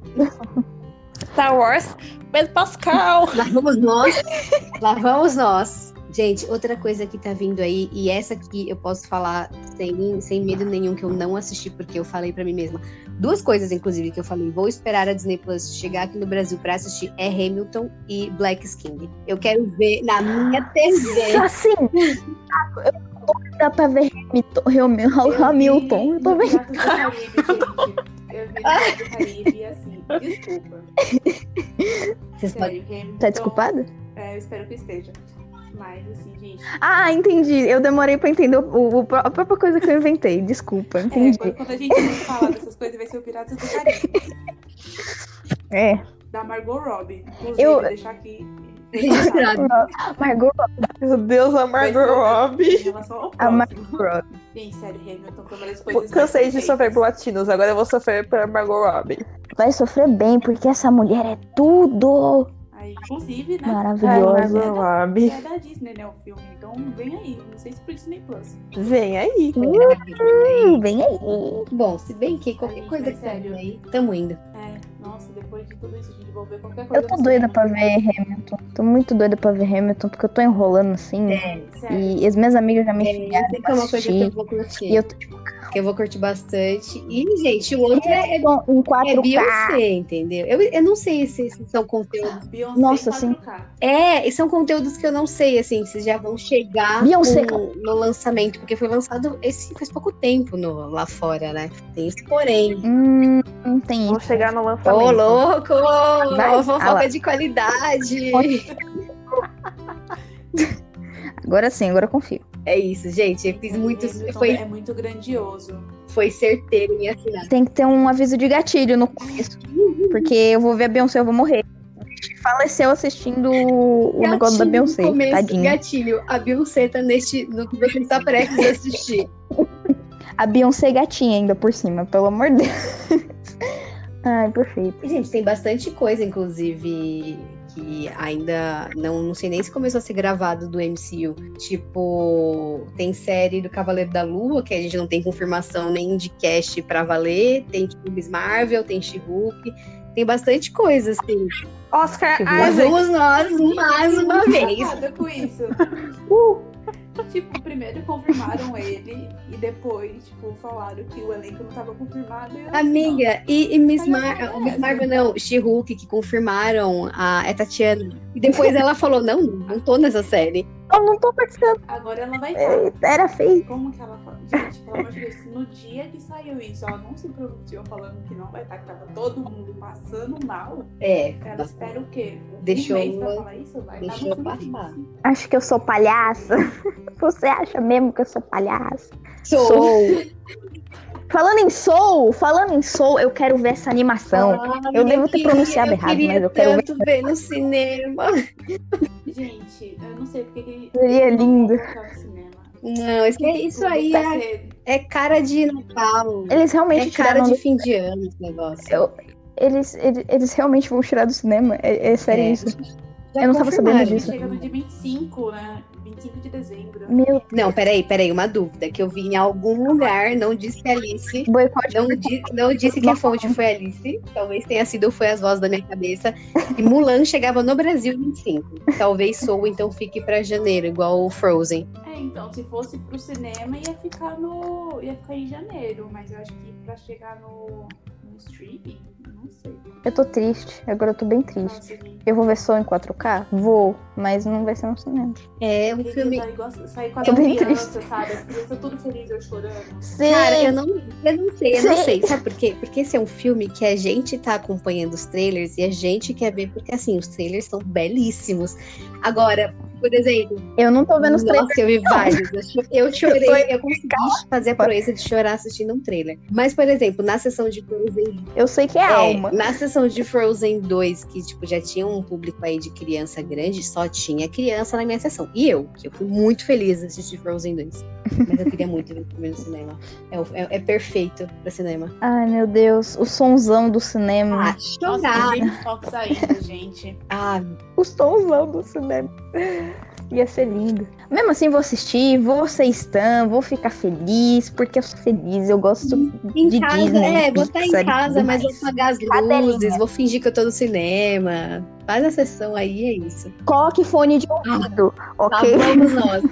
[SPEAKER 2] Star Wars, Pedro Pascal.
[SPEAKER 3] Lá vamos nós. Lá vamos nós. Gente, outra coisa que tá vindo aí, e essa aqui eu posso falar sem, sem medo nenhum que eu não assisti, porque eu falei pra mim mesma. Duas coisas, inclusive, que eu falei. Vou esperar a Disney Plus chegar aqui no Brasil pra assistir é Hamilton e Black Skin. Eu quero ver na minha TV.
[SPEAKER 4] Assim, eu tô doida pra ver Hamilton, Hamil-
[SPEAKER 1] Eu
[SPEAKER 4] Hamilton.
[SPEAKER 1] vi
[SPEAKER 4] Eu tô
[SPEAKER 1] no
[SPEAKER 4] vendo.
[SPEAKER 1] Piratas do Caribe, gente. Eu vi no Piratas do Caribe e assim, desculpa.
[SPEAKER 3] Vocês podem
[SPEAKER 1] assim, Sério, Hamilton,
[SPEAKER 4] Tá desculpada?
[SPEAKER 1] É, eu espero que esteja. Mas assim, gente,
[SPEAKER 4] Ah, entendi. Eu demorei pra entender o- o- a própria coisa que eu inventei. Desculpa,
[SPEAKER 1] é,
[SPEAKER 4] entendi.
[SPEAKER 1] quando, quando a gente for falar dessas coisas, vai ser o Piratas do Caribe,
[SPEAKER 4] É.
[SPEAKER 1] da Margot Robbie. Inclusive,
[SPEAKER 4] Eu-
[SPEAKER 1] vou deixar aqui.
[SPEAKER 3] registrar.
[SPEAKER 4] Margot
[SPEAKER 2] Meu Deus, a Margot
[SPEAKER 1] Em
[SPEAKER 2] Robbie.
[SPEAKER 1] relação ao
[SPEAKER 4] A Margot
[SPEAKER 1] próximo.
[SPEAKER 4] Robbie.
[SPEAKER 1] Gente, sério, Hamilton foi uma das coisas.
[SPEAKER 2] Cansei
[SPEAKER 1] mais
[SPEAKER 2] de
[SPEAKER 1] perfeitas.
[SPEAKER 2] sofrer por latinos, agora eu vou sofrer por Margot Robbie.
[SPEAKER 4] Vai sofrer bem, porque essa mulher é tudo
[SPEAKER 1] Aí, inclusive, né?
[SPEAKER 2] Ai,
[SPEAKER 4] maravilhosa.
[SPEAKER 2] Margot Robbie.
[SPEAKER 1] É da Disney, né? O filme. Então vem aí. Não sei se por Disney Plus.
[SPEAKER 2] Vem aí.
[SPEAKER 4] Hum, vem aí.
[SPEAKER 3] Bom, se bem que qualquer
[SPEAKER 1] Gente,
[SPEAKER 3] coisa
[SPEAKER 1] mas
[SPEAKER 3] que tá
[SPEAKER 1] sério.
[SPEAKER 3] vindo aí, tamo indo.
[SPEAKER 1] É, nossa, depois de tudo isso, de devolver qualquer coisa.
[SPEAKER 4] Eu tô
[SPEAKER 1] no
[SPEAKER 4] doida
[SPEAKER 1] cinema.
[SPEAKER 4] pra ver Hamilton. Tô muito doida pra ver Hamilton, porque eu tô enrolando assim.
[SPEAKER 1] Sério.
[SPEAKER 4] E as minhas amigas já me
[SPEAKER 3] É,
[SPEAKER 4] enfiaram.
[SPEAKER 3] isso que é uma coisa que eu vou
[SPEAKER 4] E
[SPEAKER 3] curtir.
[SPEAKER 4] eu tô tipo,
[SPEAKER 3] Que eu vou curtir bastante. E, gente, o outro é, é,
[SPEAKER 4] com- um em 4K.
[SPEAKER 3] Beyoncé, entendeu? Eu, eu não sei se, se são conteúdos.
[SPEAKER 1] Beyoncé
[SPEAKER 4] Nossa,
[SPEAKER 1] 4K.
[SPEAKER 3] É, e são conteúdos que eu não sei, assim, se já vão chegar
[SPEAKER 4] Beyoncé,
[SPEAKER 3] no, no lançamento, porque foi lançado esse faz pouco tempo no- lá fora, né? Tem esse porém.
[SPEAKER 4] Hum, não tem
[SPEAKER 2] Vou
[SPEAKER 4] isso.
[SPEAKER 2] chegar no
[SPEAKER 3] Ô,
[SPEAKER 2] lançamento.
[SPEAKER 3] louco!
[SPEAKER 4] Vai,
[SPEAKER 3] Uma
[SPEAKER 4] fala.
[SPEAKER 3] fofoca de qualidade!
[SPEAKER 4] Agora sim, agora eu confio.
[SPEAKER 3] É isso, gente. Eu fiz
[SPEAKER 1] Esse
[SPEAKER 3] muito.
[SPEAKER 1] Hamilton
[SPEAKER 3] Foi,
[SPEAKER 1] É muito grandioso.
[SPEAKER 3] foi certeiro em assinar.
[SPEAKER 4] Tem que ter um aviso de gatilho no começo. Porque eu vou ver a Beyoncé, eu vou morrer. Faleceu assistindo o negócio da
[SPEAKER 3] Gatilho,
[SPEAKER 4] Beyoncé.
[SPEAKER 3] começo,
[SPEAKER 4] Tadinha.
[SPEAKER 3] Gatilho, a Beyoncé tá neste, no que você está prestes a assistir.
[SPEAKER 4] A Beyoncé gatinha ainda por cima, pelo amor de Deus. Ai, perfeito.
[SPEAKER 3] E, gente, tem bastante coisa, inclusive, que ainda não, não sei nem se começou a ser gravado do MCU. Tipo, tem série do Cavaleiro da Lua, que a gente não tem confirmação nem de cast pra valer. Tem tipo, Miss Marvel, tem She-Hulk. Tem bastante coisa, assim.
[SPEAKER 2] Oscar
[SPEAKER 3] Lá
[SPEAKER 2] Isaac.
[SPEAKER 3] vamos nós mais uma
[SPEAKER 1] Muito
[SPEAKER 3] vez.
[SPEAKER 1] chocada com isso.
[SPEAKER 4] Uh,
[SPEAKER 1] Tipo, primeiro confirmaram ele e depois, tipo, falaram que o elenco não tava confirmado. e eu assim,
[SPEAKER 3] Amiga, e, e Miss,
[SPEAKER 1] Olha
[SPEAKER 3] Mar
[SPEAKER 1] só
[SPEAKER 3] Miss
[SPEAKER 1] essa.
[SPEAKER 3] Marvel, não, She-Hulk, que confirmaram a é Tatiana. E depois ela falou: não, não tô nessa série.
[SPEAKER 4] Eu não tô participando.
[SPEAKER 1] ó, Agora ela vai estar.
[SPEAKER 4] é, Era feio.
[SPEAKER 1] Como que ela fala? Gente, pelo amor de Deus, no dia que saiu isso, ela não se pronunciou falando que não vai estar, que tava todo mundo passando mal.
[SPEAKER 3] É,
[SPEAKER 1] Ela espera o quê? Um
[SPEAKER 3] Deixou
[SPEAKER 1] mês pra
[SPEAKER 3] uma-
[SPEAKER 1] falar isso? Vai
[SPEAKER 3] deixou
[SPEAKER 1] tá no
[SPEAKER 3] passar.
[SPEAKER 1] fim.
[SPEAKER 4] Acho que eu sou palhaça. Você acha mesmo que eu sou palhaça?
[SPEAKER 3] sou.
[SPEAKER 4] Falando em Soul, falando em Soul, eu quero ver essa animação.
[SPEAKER 3] Ah,
[SPEAKER 4] eu devo ter
[SPEAKER 3] queria-
[SPEAKER 4] pronunciado errado,
[SPEAKER 3] queria
[SPEAKER 4] mas eu quero ver.
[SPEAKER 3] tanto ver no cinema.
[SPEAKER 1] Gente, eu não sei porque que
[SPEAKER 4] Seria é lindo.
[SPEAKER 1] Não colocaram no cinema. Tipo,
[SPEAKER 3] Não, isso, é, isso aí
[SPEAKER 4] tá
[SPEAKER 1] Vai
[SPEAKER 3] é,
[SPEAKER 1] ser-
[SPEAKER 3] é cara de Natal.
[SPEAKER 4] Eles realmente
[SPEAKER 3] É cara
[SPEAKER 4] tiraram.
[SPEAKER 3] de
[SPEAKER 4] do-
[SPEAKER 3] fim de ano esse negócio.
[SPEAKER 4] tá Eu- Eles, eles, eles realmente vão tirar do cinema. É, é sério
[SPEAKER 3] É.
[SPEAKER 4] isso.
[SPEAKER 3] Já
[SPEAKER 4] eu não tava
[SPEAKER 3] confirmaram.
[SPEAKER 4] sabendo disso.
[SPEAKER 1] Chega no dia 25, né? 25 de dezembro.
[SPEAKER 4] Meu
[SPEAKER 3] Não, peraí, peraí, uma dúvida que eu vi em algum lugar, não disse Alice.
[SPEAKER 4] boicote.
[SPEAKER 3] Não, di- não disse que a fonte foi Alice. Talvez tenha sido foi as vozes da minha cabeça. E Mulan chegava no Brasil em 25. Talvez sou, então fique pra janeiro, igual o Frozen.
[SPEAKER 1] É, então, se fosse pro cinema, ia ficar no. ia ficar em janeiro, mas eu acho que pra chegar no, no streaming, não sei.
[SPEAKER 4] Eu tô triste. Agora eu tô bem triste.
[SPEAKER 1] Nossa, gente.
[SPEAKER 4] Eu vou ver Soul em 4K? Vou, mas não vai ser no cinema.
[SPEAKER 3] É um
[SPEAKER 1] Queria
[SPEAKER 3] filme.
[SPEAKER 1] dar tá igual- sair com as
[SPEAKER 4] Tô bem
[SPEAKER 1] crianças, sabe? As crianças tudo felizes eu chorando.
[SPEAKER 4] Sim.
[SPEAKER 3] Cara, eu não, eu não sei, eu não
[SPEAKER 4] Sim.
[SPEAKER 3] sei. Sabe por quê? Porque esse é um filme que a gente tá acompanhando os trailers e a gente quer ver, porque assim, os trailers são belíssimos. Agora, Por exemplo,
[SPEAKER 4] Eu não tô vendo os trailers.
[SPEAKER 3] Nossa, eu vi vários. Eu cho- Eu
[SPEAKER 4] Eu tô
[SPEAKER 3] chorei,
[SPEAKER 4] indo
[SPEAKER 3] eu consegui fazer a proeza de chorar assistindo um trailer. Mas, por exemplo, na sessão de Frozen.
[SPEAKER 4] Eu sei que é,
[SPEAKER 3] é,
[SPEAKER 4] alma.
[SPEAKER 3] na sessão de Frozen 2, que tipo, já tinha um público aí de criança grande, só tinha criança na minha sessão. E eu, que eu fui muito feliz de assistir Frozen 2. Mas eu queria muito ver primeiro no cinema. É, o- é- é perfeito pra cinema.
[SPEAKER 4] Ai, meu Deus. O sonzão do cinema.
[SPEAKER 3] Ah,
[SPEAKER 1] Nossa,
[SPEAKER 3] chorar.
[SPEAKER 1] o James Fox ainda, gente.
[SPEAKER 3] Ah,
[SPEAKER 4] O sonzão do cinema. Ia ser lindo. Mesmo assim, vou assistir, vou ser stan, vou ficar feliz, porque eu sou feliz, eu gosto
[SPEAKER 3] em
[SPEAKER 4] de
[SPEAKER 3] casa,
[SPEAKER 4] Disney.
[SPEAKER 3] é, vou estar
[SPEAKER 4] Pixar
[SPEAKER 3] em
[SPEAKER 4] e
[SPEAKER 3] casa,
[SPEAKER 4] tudo
[SPEAKER 3] mas vou
[SPEAKER 4] mais.
[SPEAKER 3] apagar as
[SPEAKER 4] Cadelinha.
[SPEAKER 3] luzes, vou fingir que eu tô no cinema. Faz a sessão aí, é isso.
[SPEAKER 4] Coloque fone de ouvido,
[SPEAKER 3] Lá
[SPEAKER 4] ok?
[SPEAKER 3] vamos nós.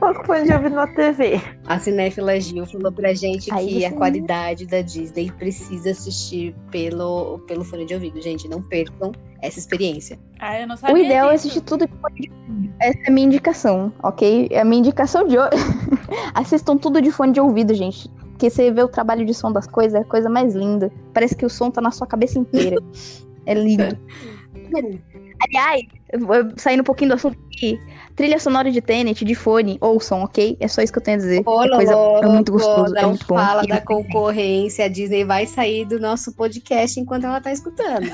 [SPEAKER 2] Pouco fone de ouvido na TV.
[SPEAKER 3] A Cinefila Gil falou pra gente
[SPEAKER 4] Aí
[SPEAKER 3] que
[SPEAKER 4] você
[SPEAKER 3] a
[SPEAKER 4] me-
[SPEAKER 3] qualidade da Disney precisa assistir pelo, pelo fone de ouvido. Gente, não percam essa experiência.
[SPEAKER 1] Ah, eu não
[SPEAKER 4] O
[SPEAKER 1] sabia
[SPEAKER 4] ideal é
[SPEAKER 1] disso.
[SPEAKER 4] assistir tudo de fone de ouvido. Essa é a minha indicação, ok? É a minha indicação de hoje. Assistam tudo de fone de ouvido, gente. Porque você vê o trabalho de som das coisas, é a coisa mais linda. Parece que o som tá na sua cabeça inteira. é lindo. Aliás, eu vou- saindo um pouquinho do assunto aqui, trilha sonora de Tenet, de fone, ouçam, ok? É só isso que eu tenho a dizer.
[SPEAKER 3] Ô,
[SPEAKER 4] é, coisa, é muito
[SPEAKER 3] louco,
[SPEAKER 4] gostoso, é
[SPEAKER 3] não
[SPEAKER 4] muito bom.
[SPEAKER 3] fala
[SPEAKER 4] E
[SPEAKER 3] da concorrência. A Disney vai sair do nosso podcast enquanto ela tá escutando.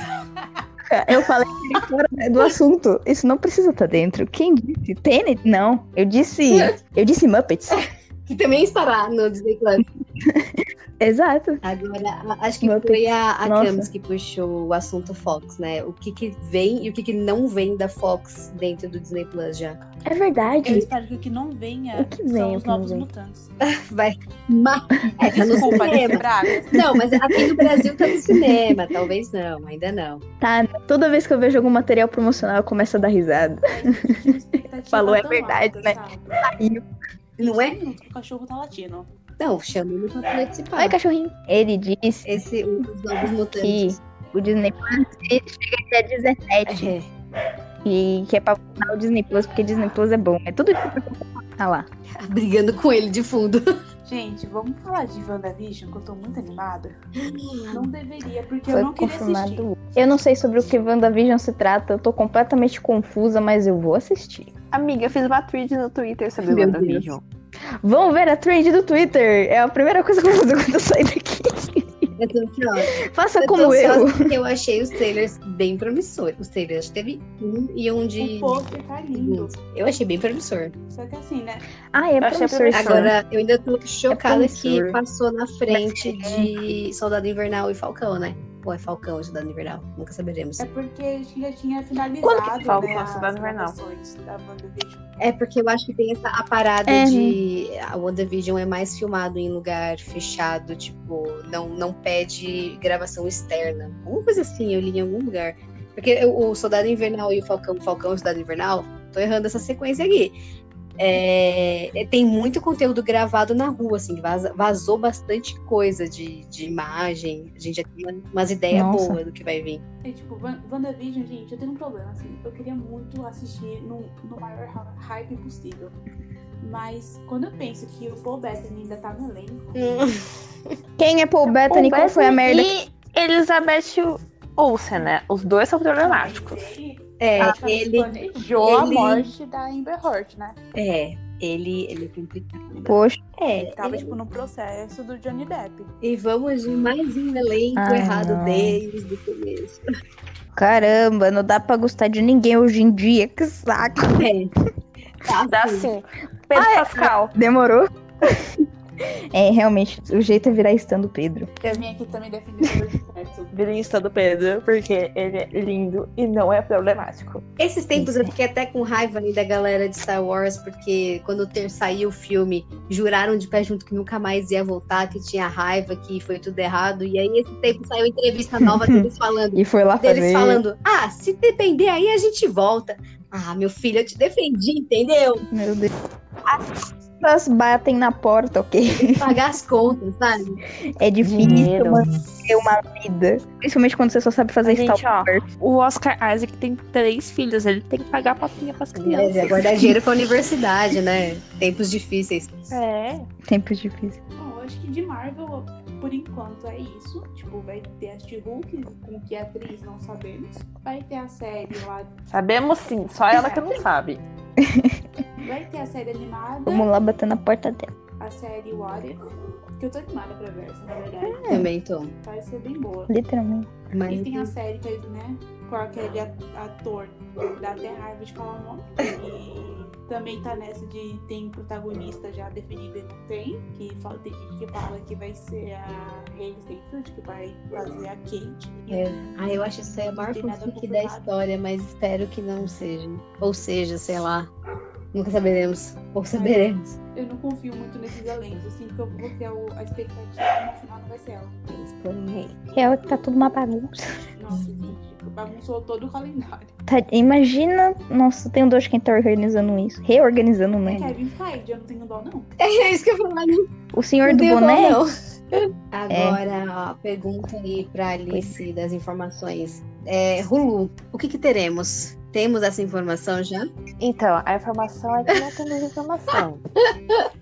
[SPEAKER 4] Eu falei que ele fora né, do assunto. Isso não precisa estar dentro. Quem disse? Tenet? Não. Eu disse. Eu disse Muppets.
[SPEAKER 3] Que também estará no Disney Plus.
[SPEAKER 4] Exato.
[SPEAKER 3] Agora, a- acho que
[SPEAKER 4] Meu
[SPEAKER 3] foi a, a
[SPEAKER 4] Nossa.
[SPEAKER 3] Camis que puxou o assunto Fox, né? O que, que vem e o que, que não vem da Fox dentro do Disney Plus já.
[SPEAKER 4] É
[SPEAKER 1] Eu
[SPEAKER 4] verdade.
[SPEAKER 1] espero que o que não venha
[SPEAKER 4] O que
[SPEAKER 1] são
[SPEAKER 4] venha,
[SPEAKER 1] os
[SPEAKER 4] que não
[SPEAKER 1] novos
[SPEAKER 4] venha.
[SPEAKER 1] mutantes.
[SPEAKER 3] Vai. Mas é, tá no
[SPEAKER 1] Desculpa,
[SPEAKER 3] cinema.
[SPEAKER 1] Braga.
[SPEAKER 3] Não, mas aqui no Brasil tá no cinema, talvez não, ainda não.
[SPEAKER 4] Tá, toda vez que eu vejo algum material promocional, eu começo a dar risada. Falou, é verdade, né?
[SPEAKER 3] Não é?
[SPEAKER 1] O cachorro tá latindo.
[SPEAKER 3] Não, chama ele pra participar.
[SPEAKER 4] Ai, cachorrinho. Ele disse
[SPEAKER 3] Esse, o- os novos
[SPEAKER 4] que
[SPEAKER 3] mutantes.
[SPEAKER 4] o Disney Plus ele chega até 17.
[SPEAKER 3] É.
[SPEAKER 4] E que é pra votar o Disney Plus, porque Disney Plus é bom. É tudo isso que eu tá lá.
[SPEAKER 3] Brigando com ele de fundo.
[SPEAKER 1] Gente, vamos falar de WandaVision, que eu tô muito animada. Não deveria, porque
[SPEAKER 4] Foi
[SPEAKER 1] eu não queria assistir.
[SPEAKER 4] confirmado. Eu não sei sobre o que WandaVision se trata, eu tô completamente confusa, mas eu vou assistir.
[SPEAKER 2] Amiga, eu fiz uma thread no Twitter sobre
[SPEAKER 3] Meu
[SPEAKER 2] WandaVision.
[SPEAKER 4] Vamos ver a trend do Twitter. É a primeira coisa que eu vou fazer quando eu sair daqui.
[SPEAKER 3] Eu tô aqui, ó.
[SPEAKER 4] Faça
[SPEAKER 3] Eu tô
[SPEAKER 4] Tá como eu.
[SPEAKER 3] ansiosa porque Eu achei os trailers bem promissores. Os trailers teve um e um de.
[SPEAKER 1] O pôster tá lindo.
[SPEAKER 3] Eu achei bem promissor.
[SPEAKER 1] Só que assim, né?
[SPEAKER 4] Ah, é
[SPEAKER 2] Eu achei a
[SPEAKER 4] professor.
[SPEAKER 2] primeira-
[SPEAKER 4] Agora...
[SPEAKER 3] Agora, eu ainda tô chocada
[SPEAKER 4] É promissor. é.
[SPEAKER 3] que passou na frente de Soldado Invernal e Falcão, né? Ou é Falcão e Soldado Invernal? Nunca saberemos.
[SPEAKER 1] É porque a gente já tinha finalizado
[SPEAKER 2] Quando que falta
[SPEAKER 1] né,
[SPEAKER 2] o
[SPEAKER 1] as
[SPEAKER 2] Cidade Invernal?
[SPEAKER 1] gravações da WandaVision.
[SPEAKER 3] É porque eu acho que tem essa a parada
[SPEAKER 4] É,
[SPEAKER 3] de a WandaVision é mais filmado em lugar fechado, tipo, não não pede gravação externa. Alguma coisa assim, eu li em algum lugar. Porque eu- o Soldado Invernal e o Falcão, Falcão e o Soldado Invernal, tô errando essa sequência aqui. É, é, tem muito conteúdo gravado na rua, assim, vaza- vazou bastante coisa de, de imagem. A gente já tem uma- umas ideias
[SPEAKER 4] Nossa.
[SPEAKER 3] boas do que vai vir.
[SPEAKER 1] E, tipo, Wan- WandaVision, gente, eu tenho um problema, assim. Eu queria muito assistir no, no maior ha- hype possível. Mas quando eu penso que o Paul Bettany ainda tá no elenco,
[SPEAKER 4] Quem é Paul Bettany? Qual foi a merda?
[SPEAKER 2] E Elizabeth Olsen, né? Os dois são problemáticos.
[SPEAKER 1] mas ele-
[SPEAKER 3] É,
[SPEAKER 1] ela
[SPEAKER 3] ele,
[SPEAKER 1] planejou a
[SPEAKER 3] ele-
[SPEAKER 1] morte da Amber Heard, né?
[SPEAKER 3] é, ele, ele é complicado.
[SPEAKER 4] Poxa,
[SPEAKER 3] É,
[SPEAKER 1] Ele tava, tipo, no processo do Johnny Depp.
[SPEAKER 3] E vamos de mais um elenco
[SPEAKER 4] Ah,
[SPEAKER 3] errado
[SPEAKER 4] não.
[SPEAKER 3] deles do começo.
[SPEAKER 4] caramba, não dá pra gostar de ninguém hoje em dia. Que saco.
[SPEAKER 3] É. Tá,
[SPEAKER 2] Dá Ah,
[SPEAKER 3] assim,
[SPEAKER 2] sim. é, Pedro Pascal.
[SPEAKER 4] Demorou? é, realmente, o jeito é virar estando Pedro.
[SPEAKER 1] Eu vim aqui também defender o Roberto Pattinson.
[SPEAKER 2] Virilista é. do Pedro, porque ele é lindo e não é problemático.
[SPEAKER 3] Esses tempos eu fiquei até com raiva ali da galera de Star Wars, porque quando ter saiu o filme, juraram de pé junto que nunca mais ia voltar, que tinha raiva, que foi tudo errado. E aí esse tempo saiu entrevista nova deles falando.
[SPEAKER 4] E foi lá
[SPEAKER 3] Deles
[SPEAKER 4] fazer...
[SPEAKER 3] falando, ah, se depender aí a gente volta. Ah, meu filho, eu te defendi, entendeu?
[SPEAKER 4] Meu Deus. As batem na porta, ok?
[SPEAKER 3] Pagar as contas, sabe?
[SPEAKER 4] É difícil
[SPEAKER 2] Dinheiro.
[SPEAKER 4] manter uma vida. Principalmente quando você só sabe fazer
[SPEAKER 2] Gente,
[SPEAKER 4] Star
[SPEAKER 2] ó,
[SPEAKER 4] Wars.
[SPEAKER 2] O Oscar Isaac tem três filhos, ele tem que pagar a papinha pras
[SPEAKER 3] Beleza,
[SPEAKER 2] crianças.
[SPEAKER 3] guardar é dinheiro pra universidade, né? Tempos difíceis.
[SPEAKER 2] É.
[SPEAKER 4] Tempos difíceis.
[SPEAKER 1] Bom, eu acho que de Marvel, por enquanto, é isso. Tipo, vai ter a She-Hulk, com que atriz não sabemos. Vai ter a série lá.
[SPEAKER 2] Sabemos sim, só ela que não sabe.
[SPEAKER 1] Vai ter a série animada,
[SPEAKER 4] Vamos lá bater na porta dela.
[SPEAKER 1] a série Warrior, que eu tô animada pra ver essa, na verdade.
[SPEAKER 3] Também, Tom.
[SPEAKER 1] Vai ser bem boa.
[SPEAKER 4] Literalmente.
[SPEAKER 1] E
[SPEAKER 3] É, então, Mas
[SPEAKER 1] tem a série que é, né, com aquele a- ator da até raiva de falar o nome. E também tá nessa de tem protagonista já definida tem, que fala, tem gente que fala que vai ser a Hayley Steinfeld, que vai fazer a Kate. E
[SPEAKER 3] É. Ah, eu acho isso aí a maior
[SPEAKER 1] Tem nada
[SPEAKER 3] fanfic da
[SPEAKER 1] confirmado.
[SPEAKER 3] história, mas espero que não seja. Ou seja, sei lá. Nunca saberemos. Ou saberemos.
[SPEAKER 1] Eu não confio muito nesses elencos, assim, porque eu vou criar o- a expectativa no final não vai ser ela.
[SPEAKER 3] Mas, porém, é.
[SPEAKER 4] Real que tá tudo uma bagunça.
[SPEAKER 1] Nossa, gente, tipo, bagunçou todo o calendário.
[SPEAKER 4] Tá- imagina. Nossa, eu tenho dor de quem tá organizando isso. Reorganizando,
[SPEAKER 1] É.
[SPEAKER 4] né?
[SPEAKER 1] Kevin Feige, eu não tenho dó, não.
[SPEAKER 3] É isso que eu ia falar. Não
[SPEAKER 4] O senhor do
[SPEAKER 3] tem igual,
[SPEAKER 4] boné. É.
[SPEAKER 3] não. Agora, ó, pergunta aí pra Alice das informações. É, Hulu, o que que teremos? Temos essa informação já?
[SPEAKER 2] Então, a informação é que não temos informação.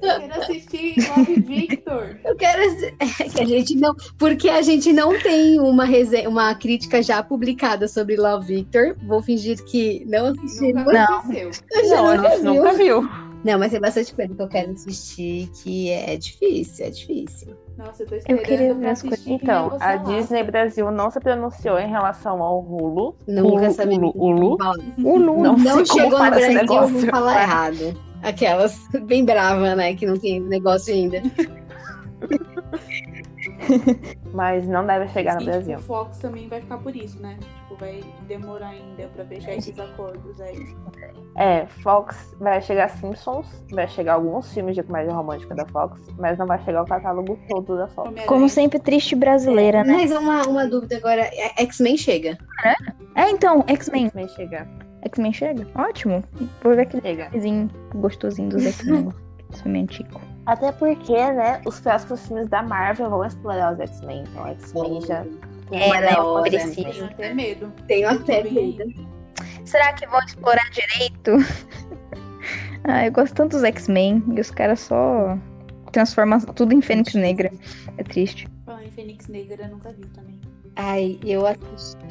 [SPEAKER 1] Eu quero assistir Love Victor.
[SPEAKER 3] Eu quero dizer que a gente não, porque a gente não tem uma resenha, uma crítica já publicada sobre Love Victor. Vou fingir que não assistimos.
[SPEAKER 1] Nunca aconteceu.
[SPEAKER 2] Não, a gente
[SPEAKER 3] viu.
[SPEAKER 2] nunca viu.
[SPEAKER 3] Não, mas tem bastante coisa que eu quero assistir, que é difícil, é difícil.
[SPEAKER 1] Nossa, eu tô esperando
[SPEAKER 4] Eu queria ver
[SPEAKER 1] pra
[SPEAKER 4] as
[SPEAKER 1] assistir. que nem
[SPEAKER 2] Então,
[SPEAKER 1] você
[SPEAKER 2] a
[SPEAKER 1] lá.
[SPEAKER 2] Disney Brasil não se pronunciou em relação ao Hulu.
[SPEAKER 3] Nunca
[SPEAKER 2] Hulu,
[SPEAKER 3] sabemos.
[SPEAKER 2] Hulu,
[SPEAKER 3] falar.
[SPEAKER 2] Hulu.
[SPEAKER 3] Não,
[SPEAKER 2] sei como
[SPEAKER 3] chegou no
[SPEAKER 2] fala esse
[SPEAKER 3] Brasil,
[SPEAKER 2] negócio.
[SPEAKER 3] vou falar errado. Aquelas bem brava, né, que não tem negócio ainda.
[SPEAKER 2] Mas não deve chegar no
[SPEAKER 1] E,
[SPEAKER 2] Brasil.
[SPEAKER 1] Tipo, o Fox também vai ficar por isso, né? Tipo, vai demorar ainda pra fechar esses acordos aí.
[SPEAKER 2] É, Fox vai chegar Simpsons, vai chegar alguns filmes de comédia romântica da Fox, mas não vai chegar o catálogo todo da Fox.
[SPEAKER 1] Homem-Aranha.
[SPEAKER 4] Como sempre, triste brasileira,
[SPEAKER 2] É.
[SPEAKER 4] né?
[SPEAKER 3] Mas uma, uma dúvida agora, é- X-Men chega.
[SPEAKER 4] É, então, X-Men.
[SPEAKER 2] Também chega.
[SPEAKER 4] X-Men chega? Ótimo. Vou ver aquele
[SPEAKER 2] Chega.
[SPEAKER 4] desenho gostosinho dos X-Men. X-Men antigo.
[SPEAKER 2] Até porque, né, os próximos filmes da Marvel vão explorar os X-Men. Então, X-Men já.
[SPEAKER 3] É,
[SPEAKER 2] Uma
[SPEAKER 3] né,
[SPEAKER 2] nova
[SPEAKER 3] precisa.
[SPEAKER 2] X-Men.
[SPEAKER 1] Tenho até medo.
[SPEAKER 3] Tenho até
[SPEAKER 1] Tudo bem.
[SPEAKER 3] medo.
[SPEAKER 4] Será que vão explorar direito? ah, eu gosto tanto dos X-Men e os caras só transformam tudo em Fênix Negra. É triste.
[SPEAKER 1] Falando em Fênix Negra, eu nunca vi também.
[SPEAKER 3] Ai, eu assisti.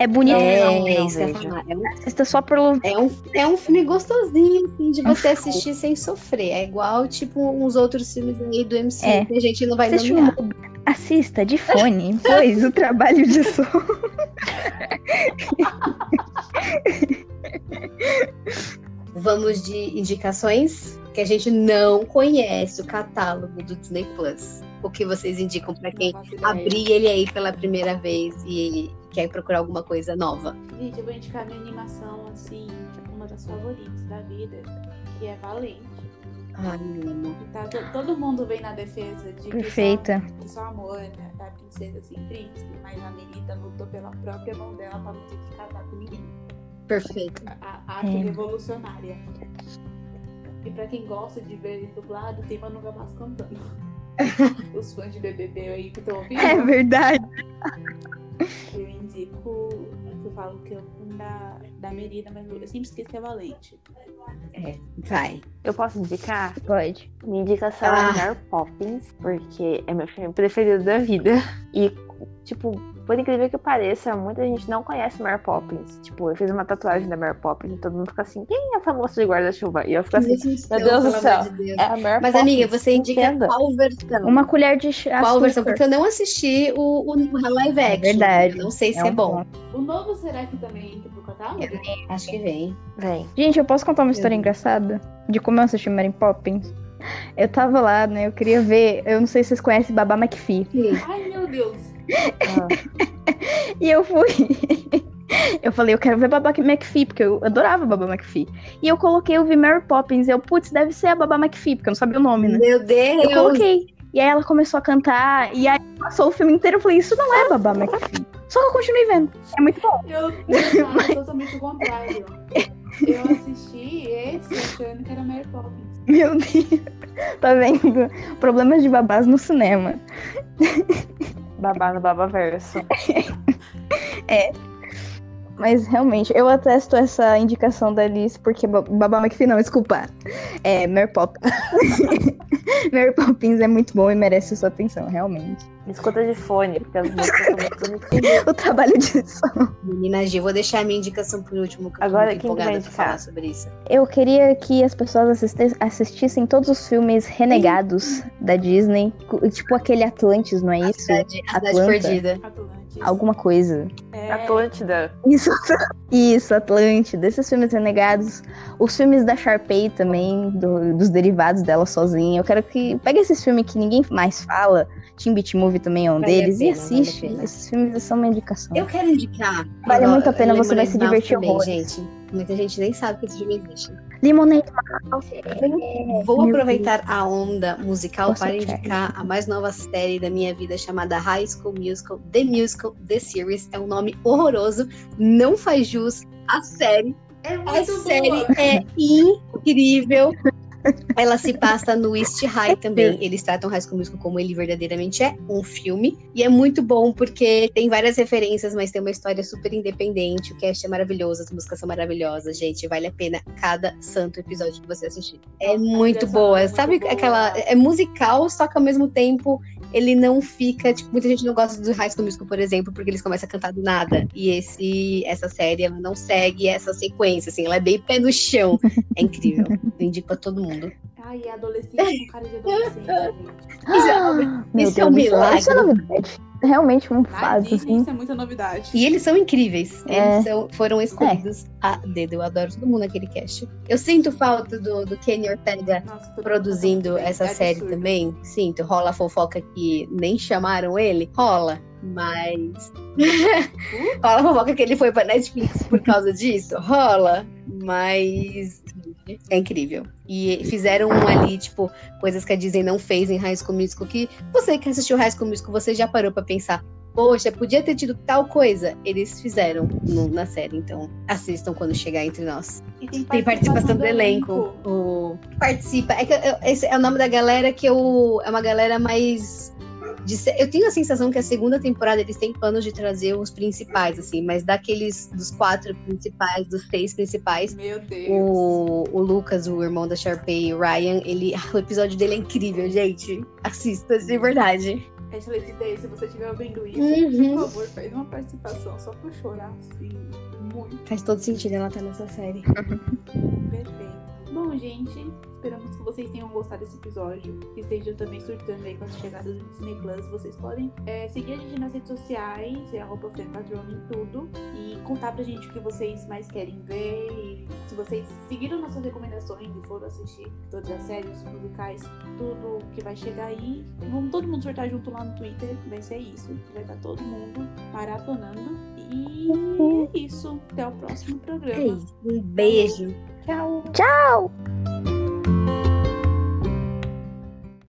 [SPEAKER 4] É bonito,
[SPEAKER 3] é,
[SPEAKER 4] não.
[SPEAKER 2] não
[SPEAKER 3] é isso que eu ia
[SPEAKER 2] vejo.
[SPEAKER 3] falar. É um,
[SPEAKER 4] Assista tá só pelo.
[SPEAKER 3] é, um, é um filme gostosinho, assim, de
[SPEAKER 4] É um
[SPEAKER 3] você
[SPEAKER 4] show.
[SPEAKER 3] assistir sem sofrer. É igual, tipo, uns outros filmes aí do MC
[SPEAKER 4] É.
[SPEAKER 3] que a gente não vai
[SPEAKER 4] Assiste
[SPEAKER 3] nomear.
[SPEAKER 4] um- Assista de fone, pois o trabalho de som.
[SPEAKER 3] Vamos de indicações que a gente não conhece o catálogo do Disney Plus. O que vocês indicam pra quem
[SPEAKER 1] Não faço ideia.
[SPEAKER 3] abrir ele aí pela primeira vez e quer procurar alguma coisa nova?
[SPEAKER 1] Gente, eu vou indicar minha animação, assim, uma das favoritas da vida, que é Valente.
[SPEAKER 2] Ah,
[SPEAKER 3] Ai, meu amor.
[SPEAKER 1] E tá, to- todo mundo vem na defesa de que só
[SPEAKER 4] Perfeita.
[SPEAKER 1] que só a Moana, a princesa sem príncipe, mas a Merida lutou pela própria mão dela pra não ter que casar com ninguém.
[SPEAKER 3] Perfeito.
[SPEAKER 1] A a arte
[SPEAKER 4] É.
[SPEAKER 1] revolucionária. E pra quem gosta de ver dublado, tem Manu Gavassi cantando. Os fãs de BBB aí que estão ouvindo,
[SPEAKER 4] É verdade.
[SPEAKER 1] eu indico, eu falo que é um da, da Merida, mas eu sempre esqueço que é Valente.
[SPEAKER 3] Vai.
[SPEAKER 2] Eu posso indicar?
[SPEAKER 4] Pode.
[SPEAKER 2] Minha indicação
[SPEAKER 3] Ah.
[SPEAKER 2] é Mary Poppins, porque é meu filme preferido da vida. E, tipo, por incrível que pareça, muita gente não conhece Mary Poppins. Tipo, eu fiz uma tatuagem da Mary Poppins e todo mundo fica assim, quem é a famosa de guarda-chuva? E eu fico assim,
[SPEAKER 3] Meu
[SPEAKER 2] Deus do céu. é a Mary
[SPEAKER 3] Mas,
[SPEAKER 2] Poppins.
[SPEAKER 3] amiga, você indica
[SPEAKER 2] entenda.
[SPEAKER 3] qual versão?
[SPEAKER 4] Uma colher de chá.
[SPEAKER 3] Qual versão?
[SPEAKER 4] açúcar.
[SPEAKER 3] Porque eu não assisti o, o live action.
[SPEAKER 4] Verdade.
[SPEAKER 3] Eu não sei se é,
[SPEAKER 4] um
[SPEAKER 3] bom.
[SPEAKER 1] O novo será que também entra pro catálogo?
[SPEAKER 3] Acho que vem.
[SPEAKER 2] Vem.
[SPEAKER 4] Gente, eu posso contar uma história
[SPEAKER 3] Uhum.
[SPEAKER 4] engraçada de como eu assisti Mary Poppins? Eu tava lá, né? Eu queria ver. Eu não sei se vocês conhecem Babá McPhee.
[SPEAKER 1] Ai meu Deus!
[SPEAKER 2] Ah,
[SPEAKER 4] E eu fui. Eu falei, eu quero ver Babá McPhee, porque eu adorava Babá McPhee. E eu coloquei, eu vi Mary Poppins. Eu, putz, deve ser a Babá McPhee, porque eu não sabia o nome, né?
[SPEAKER 3] Meu Deus!
[SPEAKER 4] Eu coloquei. E aí ela começou a cantar. E aí passou o filme inteiro. Eu falei, isso não é Babá McPhee. Só que eu continuei vendo. É muito bom.
[SPEAKER 1] Eu, eu faço totalmente o contrário. Eu assisti esse achando que era Mary Poppins.
[SPEAKER 4] Meu Deus. Tá vendo? Problemas de babás no cinema.
[SPEAKER 2] babá no babaverso.
[SPEAKER 4] Mas realmente, eu atesto essa indicação da Alice, porque Ba- Babá McPhee não, desculpa. É, Mary Poppins. Mary Poppins é muito bom e merece sua atenção, realmente.
[SPEAKER 2] Escuta de fone, porque as músicas são muito bonitinhas.
[SPEAKER 4] O trabalho disso.
[SPEAKER 3] Menina G, vou deixar a minha indicação por último, que eu
[SPEAKER 2] Agora,
[SPEAKER 3] tô
[SPEAKER 2] quem
[SPEAKER 3] muito
[SPEAKER 2] que vai
[SPEAKER 3] empolgada pra
[SPEAKER 2] indicar?
[SPEAKER 3] falar sobre isso.
[SPEAKER 4] Eu queria que as pessoas assiste- assistissem todos os filmes renegados da Disney. cu- Tipo aquele Atlantis, não é
[SPEAKER 3] A
[SPEAKER 4] isso?
[SPEAKER 3] cidade, a cidade
[SPEAKER 4] Atlanta.
[SPEAKER 3] perdida.
[SPEAKER 1] Atlantis.
[SPEAKER 4] Alguma coisa.
[SPEAKER 1] É,
[SPEAKER 2] Atlântida.
[SPEAKER 4] Isso, isso, Atlante, desses filmes renegados, os filmes da Sharpay também, do- dos derivados dela sozinha. Eu quero que pegue esses filmes que ninguém mais fala, Team Beat Movie também é um
[SPEAKER 3] Vale a
[SPEAKER 4] deles, e
[SPEAKER 3] pena,
[SPEAKER 4] assiste.
[SPEAKER 3] vale a pena.
[SPEAKER 4] esses filmes são uma indicação.
[SPEAKER 3] Eu quero indicar.
[SPEAKER 4] Vale
[SPEAKER 3] Ó,
[SPEAKER 4] muito a pena, você vai
[SPEAKER 3] Lemonade
[SPEAKER 4] se divertir
[SPEAKER 3] Mouth também,
[SPEAKER 4] horrores.
[SPEAKER 3] gente. Muita gente nem sabe que esse filme existe.
[SPEAKER 4] Limonade Mouth.
[SPEAKER 3] Vou
[SPEAKER 4] É, meu
[SPEAKER 3] aproveitar a onda musical
[SPEAKER 4] Posso
[SPEAKER 3] para
[SPEAKER 4] check.
[SPEAKER 3] indicar a mais nova série da minha vida chamada High School Musical, The Musical, The Series. É um nome horroroso, não faz jus à série.
[SPEAKER 1] é muito
[SPEAKER 3] A
[SPEAKER 1] boa.
[SPEAKER 3] série é incrível. Ela se passa no East High também. Eles tratam High School Musical como ele verdadeiramente é, um filme. E é muito bom porque tem várias referências, mas tem uma história super independente. O cast é maravilhoso, as músicas são maravilhosas, gente. Vale a pena cada santo episódio que você assistir. É
[SPEAKER 1] Nossa,
[SPEAKER 3] muito
[SPEAKER 1] trilha sonora
[SPEAKER 3] boa.
[SPEAKER 1] é muito
[SPEAKER 3] Sabe
[SPEAKER 1] boa.
[SPEAKER 3] aquela. É musical, só que ao mesmo tempo ele não fica. Tipo, muita gente não gosta do High School Musical, por exemplo, porque eles começam a cantar do nada. E esse, essa série, ela não segue essa sequência, assim, ela é bem pé no chão. É incrível. Eu indico pra todo mundo.
[SPEAKER 1] Ai, é adolescente com cara de adolescente, né? gente.
[SPEAKER 3] Isso é-
[SPEAKER 4] Meu
[SPEAKER 3] isso é um
[SPEAKER 4] Deus do céu, Isso
[SPEAKER 3] milagre.
[SPEAKER 4] é novidade. Realmente um
[SPEAKER 1] Na
[SPEAKER 4] fato,
[SPEAKER 1] Disney,
[SPEAKER 4] assim.
[SPEAKER 1] isso é muita novidade.
[SPEAKER 3] E eles são incríveis.
[SPEAKER 4] É.
[SPEAKER 3] Eles são- foram escolhidos a dedo. Eu adoro todo mundo naquele cast. Eu sinto falta do, do Kenny Ortega
[SPEAKER 1] Nossa, tô-
[SPEAKER 3] produzindo essa
[SPEAKER 1] é
[SPEAKER 3] série
[SPEAKER 1] absurdo.
[SPEAKER 3] também. Sinto. Rola a fofoca que nem chamaram ele. Rola. Mas. rola a fofoca que ele foi pra Netflix por causa disso. Rola. Mas. É incrível. E fizeram ali, tipo, coisas que a Disney não fez em High School Musical que você que assistiu High School Musical, você já parou pra pensar, poxa, podia ter tido tal coisa. Eles fizeram no- na série, então assistam quando chegar entre nós.
[SPEAKER 1] E tem
[SPEAKER 3] Tem participação do um- elenco. O... Participa. É que eu- eu- esse é o nome da galera que eu. É uma galera mais. de se- Eu tenho a sensação que a segunda temporada eles têm planos de trazer os principais, assim, mas daqueles dos quatro principais, dos seis principais,
[SPEAKER 1] Meu Deus.
[SPEAKER 3] o, o Lucas, o irmão da Sharpay, o Ryan, ele, o episódio dele é incrível, gente. Assista, de verdade.
[SPEAKER 1] Ashley Tisdale, se você estiver ouvindo isso,
[SPEAKER 3] Uhum.
[SPEAKER 1] por favor, faz uma participação só pra eu chorar, assim, muito.
[SPEAKER 3] Faz todo sentido ela estar nessa série.
[SPEAKER 1] Perfeito. Bom, gente, esperamos que vocês tenham gostado desse episódio. Que estejam também surtando aí com as chegadas do Disney Plus. Vocês podem é, seguir a gente nas redes sociais, é arroba Fempadrão em tudo. E contar pra gente o que vocês mais querem ver. E se vocês seguiram nossas recomendações e foram assistir todas as séries, os musicais, tudo que vai chegar aí. Vamos todo mundo sortar junto lá no Twitter. Vai ser isso. Vai estar todo mundo maratonando. E é isso. Até o próximo programa.
[SPEAKER 3] É isso. Um beijo.
[SPEAKER 2] Tchau.